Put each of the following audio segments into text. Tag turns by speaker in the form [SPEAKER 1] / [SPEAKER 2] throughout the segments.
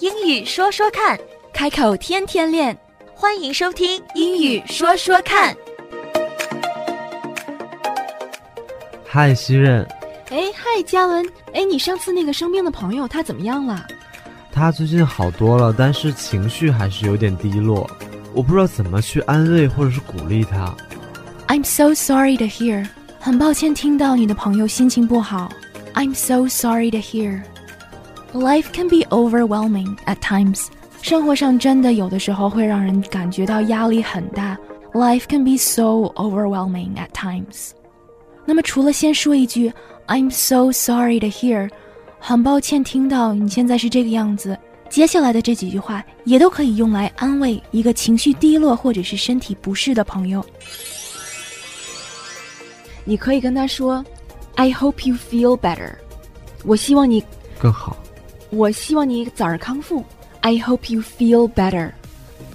[SPEAKER 1] 英语说说看，
[SPEAKER 2] 开口天天练。
[SPEAKER 1] 欢迎收听《英语说说看》。
[SPEAKER 3] 嗨，西任，
[SPEAKER 2] 哎，嗨，嘉文，哎，你上次那个生病的朋友他怎么样了？
[SPEAKER 3] 他最近好多了，但是情绪还是有点低落，我不知道怎么去安慰或者是鼓励他。
[SPEAKER 2] I'm so sorry to hear，很抱歉听到你的朋友心情不好。I'm so sorry to hear。Life can be overwhelming at times，生活上真的有的时候会让人感觉到压力很大。Life can be so overwhelming at times。那么除了先说一句 "I'm so sorry to hear"，很抱歉听到你现在是这个样子，接下来的这几句话也都可以用来安慰一个情绪低落或者是身体不适的朋友。你可以跟他说 "I hope you feel better"，我希望你，
[SPEAKER 3] 更好
[SPEAKER 2] 我希望你早日康复。I hope you feel better。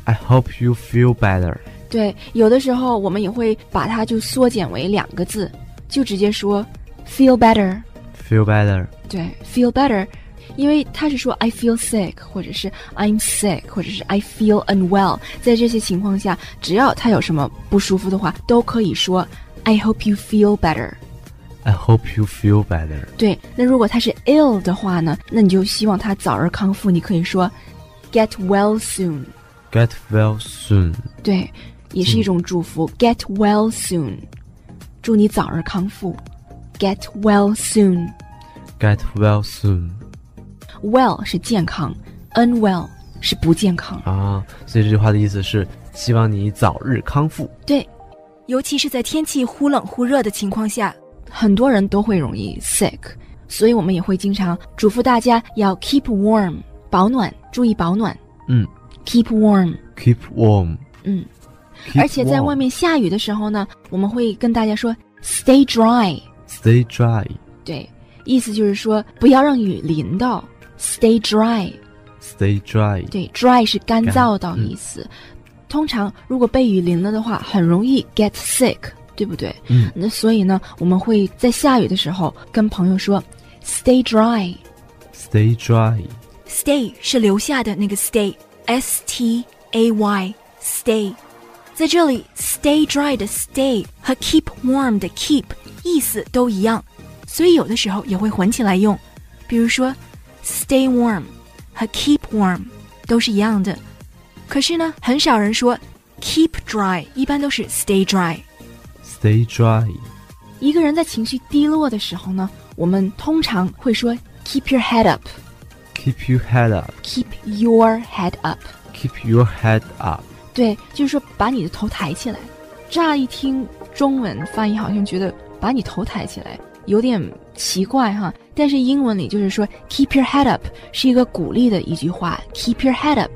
[SPEAKER 3] ，I hope you feel better。
[SPEAKER 2] 对，有的时候我们也会把它就缩减为两个字，就直接说 feel better。
[SPEAKER 3] Feel better，
[SPEAKER 2] 对，feel better，因为他是说 I feel sick，或者是 I'm sick，或者是 I feel unwell。在这些情况下，只要他有什么不舒服的话，都可以说 I hope you feel better。
[SPEAKER 3] I hope you feel better。
[SPEAKER 2] 对，那如果他是 ill 的话呢，那你就希望他早日康复。你可以说 get well soon。
[SPEAKER 3] Get well soon。
[SPEAKER 2] 对，也是一种祝福。Get well soon，祝你早日康复。Get well soon。
[SPEAKER 3] Get well soon。
[SPEAKER 2] Well 是健康，unwell 是不健康。
[SPEAKER 3] 啊，所以这句话的意思是希望你早日康复。
[SPEAKER 2] 对，尤其是在天气忽冷忽热的情况下，很多人都会容易 sick，所以我们也会经常嘱咐大家要 keep warm，保暖，注意保暖
[SPEAKER 3] 嗯
[SPEAKER 2] ，keep warm。
[SPEAKER 3] ，Keep warm。
[SPEAKER 2] 嗯，而且在外面下雨的时候呢，我们会跟大家说 stay dry，
[SPEAKER 3] stay dry。
[SPEAKER 2] 对，意思就是说不要让雨淋到，stay dry，
[SPEAKER 3] Stay dry。
[SPEAKER 2] 对，dry 是干燥的
[SPEAKER 3] 干嗯
[SPEAKER 2] 意思。通常如果被雨淋了的话，很容易 get sick，对不对？
[SPEAKER 3] 嗯
[SPEAKER 2] 那所以呢，我们会在下雨的时候跟朋友说 stay dry。
[SPEAKER 3] ，Stay dry。
[SPEAKER 2] Stay 是留下的那个 stay，S T A Y stay，在这里 stay dry 的 stay 和 keep warm 的 keep 意思都一样，所以有的时候也会混起来用，比如说 stay warm 和 keep warm 都是一样的。可是呢，很少人说 keep dry，一般都是 stay dry。
[SPEAKER 3] Stay dry。
[SPEAKER 2] 一个人在情绪低落的时候呢，我们通常会说 keep your head up，keep
[SPEAKER 3] Keep your head up。
[SPEAKER 2] your head up。
[SPEAKER 3] Keep your head up。
[SPEAKER 2] 对，就是说把你的头抬起来。乍一听中文翻译，好像觉得把你头抬起来有点奇怪哈。但是英文里就是说 “keep your head up” 是一个鼓励的一句话，“keep your head up”。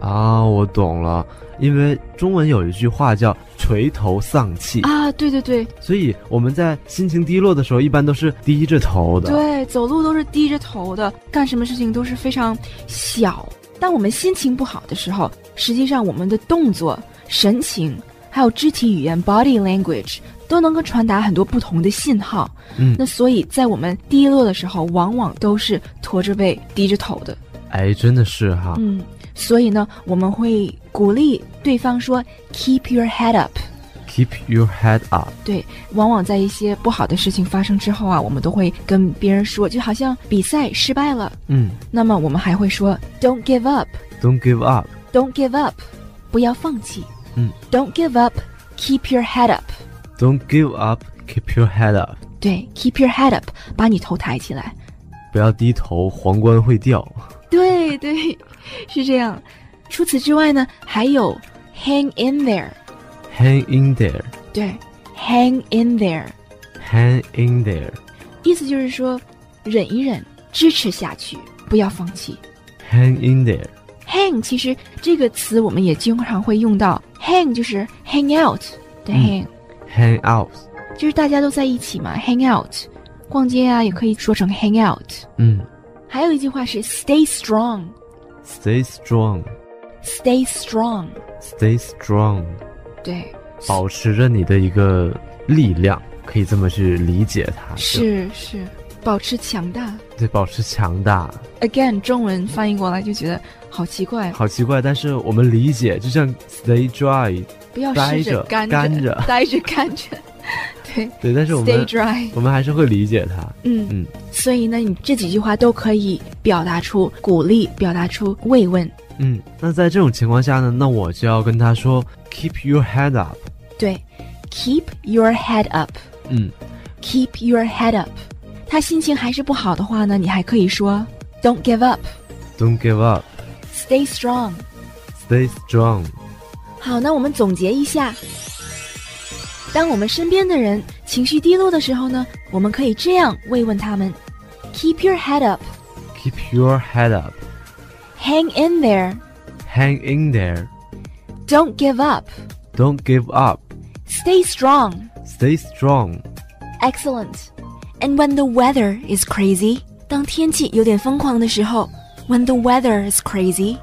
[SPEAKER 3] 啊，我懂了，因为中文有一句话叫“垂头丧气”，
[SPEAKER 2] 啊，对对对
[SPEAKER 3] 所以我们在心情低落的时候，一般都是低着头的。
[SPEAKER 2] 对，走路都是低着头的，干什么事情都是非常小。当我们心情不好的时候，实际上我们的动作、神情，还有肢体语言 （body language） 都能够传达很多不同的信号。
[SPEAKER 3] 嗯
[SPEAKER 2] 那所以在我们低落的时候，往往都是驼着背、低着头的。
[SPEAKER 3] 哎，真的是哈。
[SPEAKER 2] 嗯，所以呢，我们会鼓励对方说 “keep your head up”。
[SPEAKER 3] Keep your head up。
[SPEAKER 2] 对，往往在一些不好的事情发生之后啊，我们都会跟别人说，就好像比赛失败了，
[SPEAKER 3] 嗯
[SPEAKER 2] 那么我们还会说 “don't give up”，“don't
[SPEAKER 3] ，Don't give up。
[SPEAKER 2] give up”，不要放弃。
[SPEAKER 3] 嗯
[SPEAKER 2] ，“don't give up”，“keep your head up”。
[SPEAKER 3] Don't give up。Keep your head up。
[SPEAKER 2] 对，“keep your head up”，把你头抬起来。
[SPEAKER 3] 不要低头，皇冠会掉。
[SPEAKER 2] 对对，是这样。除此之外呢，还有 hang in there，
[SPEAKER 3] Hang in there。
[SPEAKER 2] 对，hang in there，
[SPEAKER 3] Hang in there。
[SPEAKER 2] 意思就是说忍一忍，支持下去，不要放弃。
[SPEAKER 3] Hang in there。
[SPEAKER 2] hang 其实这个词我们也经常会用到，hang 就是 hang out 的 hang，、
[SPEAKER 3] Hang out。
[SPEAKER 2] 就是大家都在一起嘛，hang out，逛街啊也可以说成 hang out。
[SPEAKER 3] 嗯
[SPEAKER 2] 还有一句话是 stay strong，stay
[SPEAKER 3] ，Stay strong。
[SPEAKER 2] strong，
[SPEAKER 3] Stay strong。
[SPEAKER 2] 对，
[SPEAKER 3] 保持着你的一个力量，可以这么去理解它。
[SPEAKER 2] 是是，
[SPEAKER 4] 保持强大。
[SPEAKER 3] 对，保持强大，
[SPEAKER 4] Again，中文翻译过来就觉得好奇怪，
[SPEAKER 3] 好奇怪，但是我们理解，就像 stay dry，
[SPEAKER 4] 不要
[SPEAKER 3] 呆
[SPEAKER 4] 湿
[SPEAKER 3] 着
[SPEAKER 4] 干
[SPEAKER 3] 干着
[SPEAKER 4] 呆着干着， 对
[SPEAKER 3] 对，但是我
[SPEAKER 4] ，stay
[SPEAKER 3] 们
[SPEAKER 4] dry。
[SPEAKER 3] 我们还是会理解它。
[SPEAKER 4] 嗯
[SPEAKER 3] 嗯，
[SPEAKER 4] 所以呢，你这几句话都可以表达出鼓励，表达出慰问。
[SPEAKER 3] 嗯，那在这种情况下呢，那我就要跟他说 keep your head up。
[SPEAKER 4] 对，keep your head up，keep
[SPEAKER 3] 嗯
[SPEAKER 4] your head up。他心情还是不好的话呢，你还可以说 Don't give up，stay
[SPEAKER 3] ，don't give up，stay
[SPEAKER 4] strong。
[SPEAKER 3] strong。
[SPEAKER 4] 好，那我们总结一下。当我们身边的人情绪低落的时候呢，我们可以这样慰问他们：Keep your head up,
[SPEAKER 3] Keep your head up,
[SPEAKER 4] hang in there,
[SPEAKER 3] hang in there,
[SPEAKER 4] don't give up,
[SPEAKER 3] don't give up,
[SPEAKER 4] stay strong,
[SPEAKER 3] stay strong.
[SPEAKER 4] excellent.
[SPEAKER 2] And when the weather is crazy，当天气有点疯狂的时候，when the weather is crazy,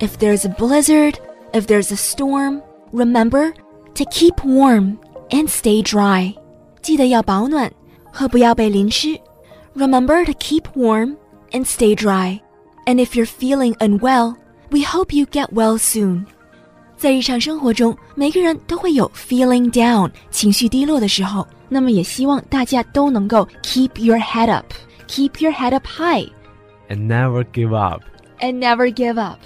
[SPEAKER 2] if there's a blizzard, if there's a storm, remember to keep warm and stay dry. 记得要保暖和不要被淋湿。Remember to keep warm and stay dry. And if you're feeling unwell, we hope you get well soon. 在日常生活中，每个人都会有 feeling down 情绪低落的时候。
[SPEAKER 4] 那么也希望大家都能够 keep your head up, keep your head up high,
[SPEAKER 3] And never give up.
[SPEAKER 4] and never give up.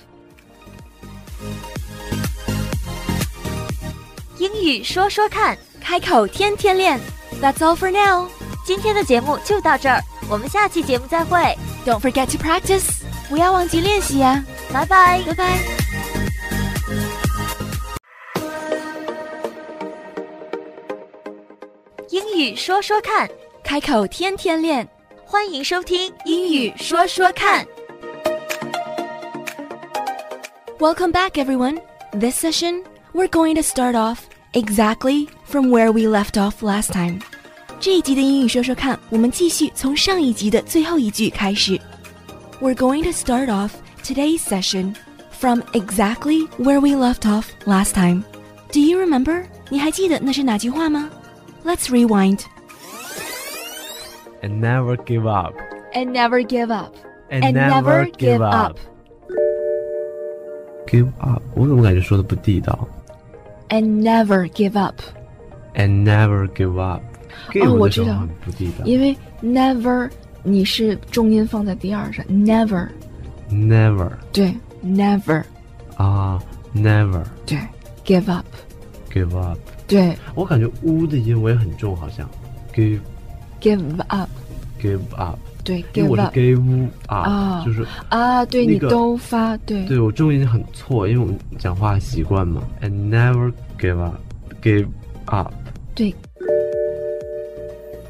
[SPEAKER 1] 英语说说看。
[SPEAKER 2] 开口天天练。That's all for now.
[SPEAKER 1] 今天的节目就到这儿，我们下期节目再会，
[SPEAKER 2] Don't forget to practice. 不要忘记练习呀、
[SPEAKER 1] 拜拜。
[SPEAKER 2] 拜拜。
[SPEAKER 1] 英语说说看，
[SPEAKER 2] 开口天天练。
[SPEAKER 1] 欢迎收听《英语说说看》。
[SPEAKER 2] Welcome back, everyone. This session, we're going to start off exactly from where we left off last time. 这一集的英语说说看，我们继续从上一集的最后一句开始。We're going to start off today's session from exactly where we left off last time. Do you remember? 你还记得那是哪句话吗？Let's rewind.
[SPEAKER 3] And never give up.
[SPEAKER 4] And never give up.
[SPEAKER 3] And,
[SPEAKER 4] And never give up.
[SPEAKER 3] Give up，我怎么感觉说的不地道
[SPEAKER 4] And never give up.
[SPEAKER 3] ？And never give up。Give
[SPEAKER 4] 哦我
[SPEAKER 3] 的
[SPEAKER 4] 知
[SPEAKER 3] 时候
[SPEAKER 4] 道
[SPEAKER 3] 很不地道。
[SPEAKER 4] 因为 never 你是重音放在第二上，never
[SPEAKER 3] Never
[SPEAKER 4] 对 never
[SPEAKER 3] 啊、n e v e r
[SPEAKER 4] 对 give up
[SPEAKER 3] give up。
[SPEAKER 4] 对
[SPEAKER 3] 我感觉“呜”的音我也很重，好像 give
[SPEAKER 4] give up
[SPEAKER 3] give up，
[SPEAKER 4] 对 give
[SPEAKER 3] 因为我是
[SPEAKER 4] up
[SPEAKER 3] give up，、
[SPEAKER 4] 啊
[SPEAKER 3] 就是
[SPEAKER 4] 啊，对你
[SPEAKER 3] 那个
[SPEAKER 4] 都发对
[SPEAKER 3] 对我重音很错，因为我们讲话习惯嘛。And never give up，give up。
[SPEAKER 4] 对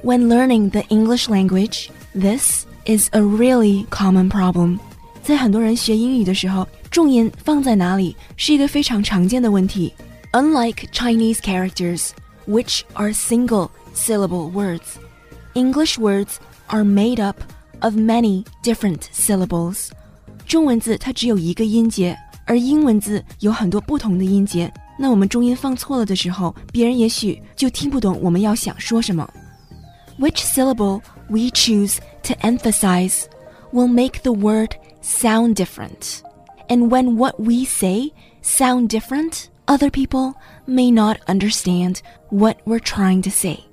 [SPEAKER 2] When learning the English language, this is a really common problem. 在很多人学英语的时候，重音放在哪里是一个非常常见的问题。Unlike Chinese characters, which are single syllable words, English words are made up of many different syllables. 中文字它只有一个音节，而英文字有很多不同的音节。那我们重音放错了的时候，别人也许就听不懂我们要想说什么。Which syllable we choose to emphasize will make the word sound different. And when what we say sound different, other people may not understand what we're trying to say.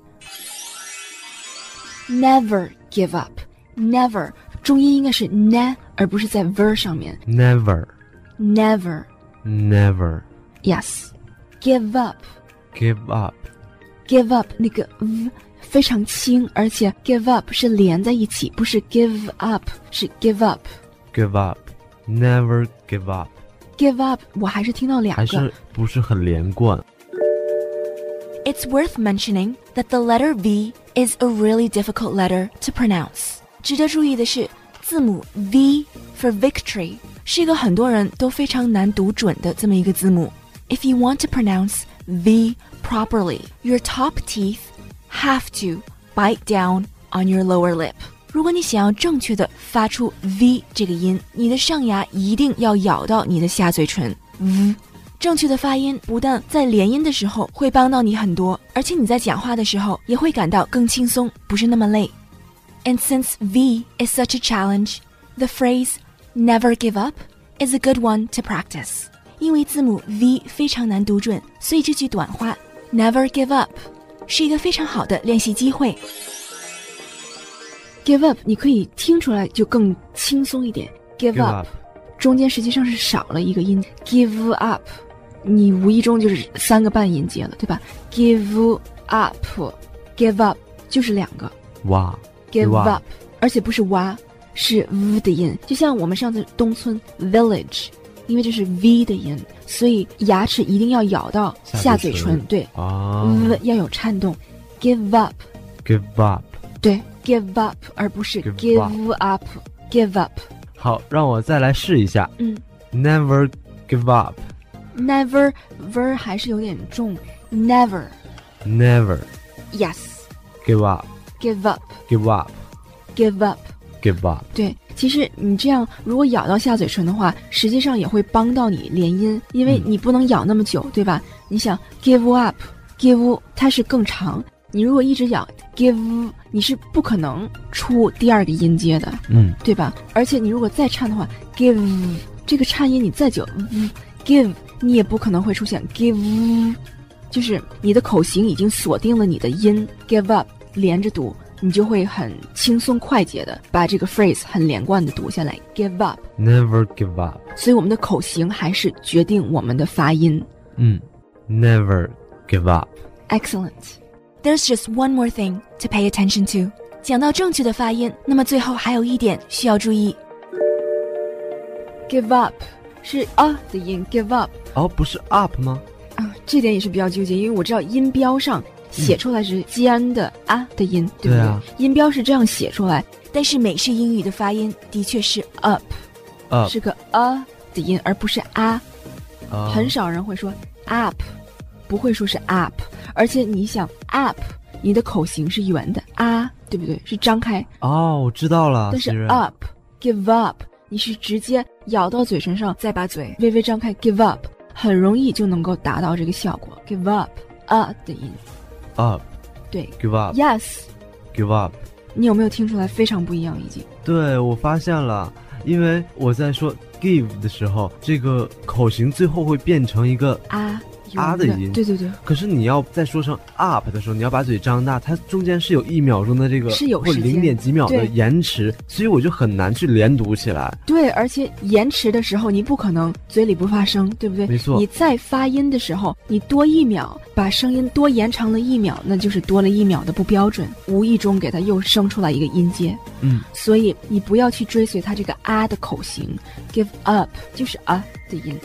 [SPEAKER 4] never give up never 重音应该是 ne 而不是在 ver 上面
[SPEAKER 3] Never
[SPEAKER 4] never
[SPEAKER 3] never
[SPEAKER 4] yes give up
[SPEAKER 3] give up。
[SPEAKER 4] give up 那个 v 非常轻，而且 give up 是连在一起，不是 give up 是 give up。
[SPEAKER 3] give up, never give up，
[SPEAKER 4] Give up，我还是听到两
[SPEAKER 3] 还
[SPEAKER 4] 个
[SPEAKER 3] 是不是很连贯
[SPEAKER 2] It's worth mentioning that the letter V is a really difficult letter to pronounce. 值得注意的是，字母 V for victory 是一个很多人都非常难读准的这么一个字母。If you want to pronounce V properly, your top teeth have to bite down on your lower lip. 如果你想要正确的发出 V 这个音，你的上牙一定要咬到你的下嘴唇。V 正确的发音不但在连音的时候会帮到你很多，而且你在讲话的时候也会感到更轻松，不是那么累。 And since V is such a challenge, the phrase never give up is a good one to practice. 因为字母 V 非常难读准，所以这句短话 never give up 是一个非常好的练习机会。
[SPEAKER 4] give up 你可以听出来就更轻松一点，give
[SPEAKER 3] give
[SPEAKER 4] up
[SPEAKER 3] up，
[SPEAKER 4] 中间实际上是少了一个音，give up，你无意中就是三个半音节了，对吧？give up，give up 就是两个
[SPEAKER 3] 哇
[SPEAKER 4] give
[SPEAKER 3] give up
[SPEAKER 4] up，而且不是哇，是 v 的音，就像我们上次东村 village，因为这是 v 的音，所以牙齿一定要咬到
[SPEAKER 3] 下
[SPEAKER 4] 下
[SPEAKER 3] 嘴
[SPEAKER 4] 嘴
[SPEAKER 3] 唇
[SPEAKER 4] 唇，哦对
[SPEAKER 3] 啊
[SPEAKER 4] ，v 要有颤动，give up。
[SPEAKER 3] ，give up。
[SPEAKER 4] 对，give up，而不是
[SPEAKER 3] Give up
[SPEAKER 4] give up，give up。
[SPEAKER 3] 好，让我再来试一下。
[SPEAKER 4] 嗯
[SPEAKER 3] ，Never give up。
[SPEAKER 4] ，never ver 还是有点重，never
[SPEAKER 3] Never
[SPEAKER 4] yes
[SPEAKER 3] give up。
[SPEAKER 4] give up
[SPEAKER 3] Give up。
[SPEAKER 4] give up。
[SPEAKER 3] Give up。
[SPEAKER 4] 对，其实你这样如果咬到下嘴唇的话，实际上也会帮到你连音，因为
[SPEAKER 3] 嗯
[SPEAKER 4] 你不能咬那么久，对吧？你想 give up give 它是更长，你如果一直咬 give，你是不可能出第二个音阶的。
[SPEAKER 3] 嗯
[SPEAKER 4] 对吧？而且你如果再颤的话，give 这个颤音你再久、嗯、，give 你也不可能会出现 give，就是你的口型已经锁定了你的音，give up 连着读，你就会很轻松快捷的把这个 phrase 很连贯的读下来，give up。
[SPEAKER 3] ，Never give up。
[SPEAKER 4] 所以我们的口型还是决定我们的发音。
[SPEAKER 3] 嗯，Never give up。
[SPEAKER 4] Excellent。
[SPEAKER 2] There's just one more thing to pay attention to. 讲到正确的发音，那么最后还有一点需要注意。
[SPEAKER 4] give up 是啊的音，give up
[SPEAKER 3] 哦，不是 up 吗？
[SPEAKER 4] 啊，这点也是比较纠结，因为我知道音标上写出来是尖的啊的音，对不对？
[SPEAKER 3] 对啊
[SPEAKER 4] 音标是这样写出来，
[SPEAKER 2] 但是美式英语的发音的确是 up，
[SPEAKER 3] up
[SPEAKER 4] 是个啊的音，而不是啊。
[SPEAKER 3] 啊
[SPEAKER 4] 很少人会说 up，不会说是 up。而且你想 up，你的口型是圆的啊，对不对？是张开，
[SPEAKER 3] 哦，我知道了。
[SPEAKER 4] 但
[SPEAKER 3] 其
[SPEAKER 4] 是
[SPEAKER 3] 实
[SPEAKER 4] up，give up，你是直接咬到嘴唇上，再把嘴微微张开，give up，很容易就能够达到这个效果。give up 啊的音，
[SPEAKER 3] up
[SPEAKER 4] 对
[SPEAKER 3] give up
[SPEAKER 4] ，yes。
[SPEAKER 3] give up。
[SPEAKER 4] 你有没有听出来非常不一样？已经
[SPEAKER 3] 对，我发现了，因为我在说 give 的时候，这个口型最后会变成一个，
[SPEAKER 4] 啊
[SPEAKER 3] 啊的
[SPEAKER 4] 圆
[SPEAKER 3] 音
[SPEAKER 4] 对对对，
[SPEAKER 3] 可是你要在说成 up 的时候，你要把嘴张大，它中间是有一秒钟的这个
[SPEAKER 4] 是有
[SPEAKER 3] 或
[SPEAKER 4] 时间
[SPEAKER 3] 零点几秒的
[SPEAKER 4] 对
[SPEAKER 3] 延迟，所以我就很难去连读起来。
[SPEAKER 4] 对，而且延迟的时候你不可能嘴里不发声，对不对？
[SPEAKER 3] 没错
[SPEAKER 4] 你在发音的时候，你多一秒，把声音多延长了一秒，那就是多了一秒的不标准，无意中给它又生出来一个音阶。
[SPEAKER 3] 嗯，
[SPEAKER 4] 所以你不要去追随它这个啊的口型，give up 就是啊的音。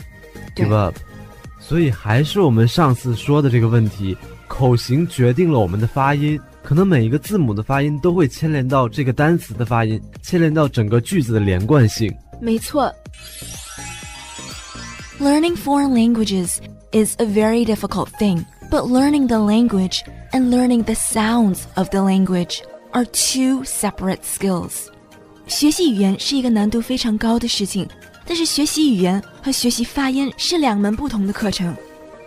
[SPEAKER 4] 对
[SPEAKER 3] give up。所以还是我们上次说的这个问题，口型决定了我们的发音，可能每一个字母的发音都会牵连到这个单词的发音，牵连到整个句子的连贯性。
[SPEAKER 4] 没错，
[SPEAKER 2] Learning foreign languages is a very difficult thing, but learning the language and learning the sounds of the language are two separate skills. 学习语言是一个难度非常高的事情，但是学习语言和学习发音是两门不同的课程。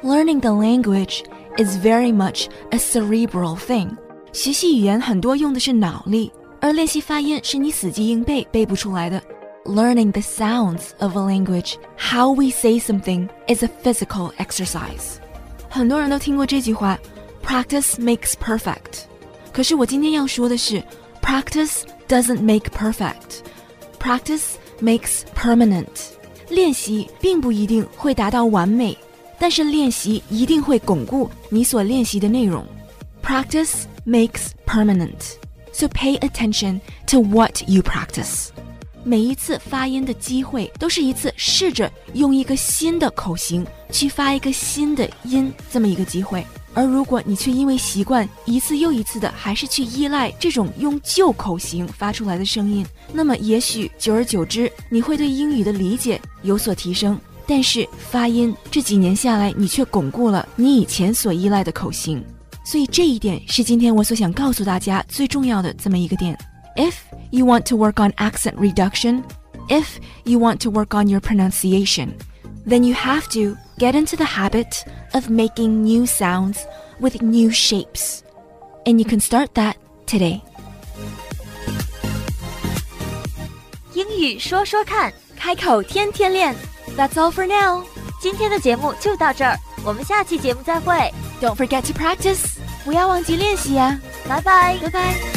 [SPEAKER 2] Learning the language is very much a cerebral thing. 学习语言很多用的是脑力，而练习发音是你死记硬背背不出来的。Learning the sounds of a language, how we say something, is a physical exercise. 很多人都听过这句话，practice makes perfect。可是我今天要说的是，practice doesn't make perfect。Practice makes permanent。练习并不一定会达到完美，但是练习一定会巩固你所练习的内容。Practice makes permanent. So pay attention to what you practice. 每一次发音的机会都是一次试着用一个新的口型去发一个新的音这么一个机会。而如果你却因为习惯一次又一次的还是去依赖这种用旧口型发出来的声音，那么也许久而久之你会对英语的理解有所提升。但是发音这几年下来，你却巩固了你以前所依赖的口型，所以这一点是今天我所想告诉大家最重要的这么一个点。If you want to work on accent reduction, if you want to work on your pronunciation, then you have to get into the habit of making new sounds with new shapes. And you can start that today.
[SPEAKER 1] 英语说说看，
[SPEAKER 2] 开口天天练。That's all for now.
[SPEAKER 1] 今天的节目就到这儿，我们下期节目再会，
[SPEAKER 2] Don't forget to practice. 不要忘记练习呀、
[SPEAKER 1] 拜拜。
[SPEAKER 2] 拜拜。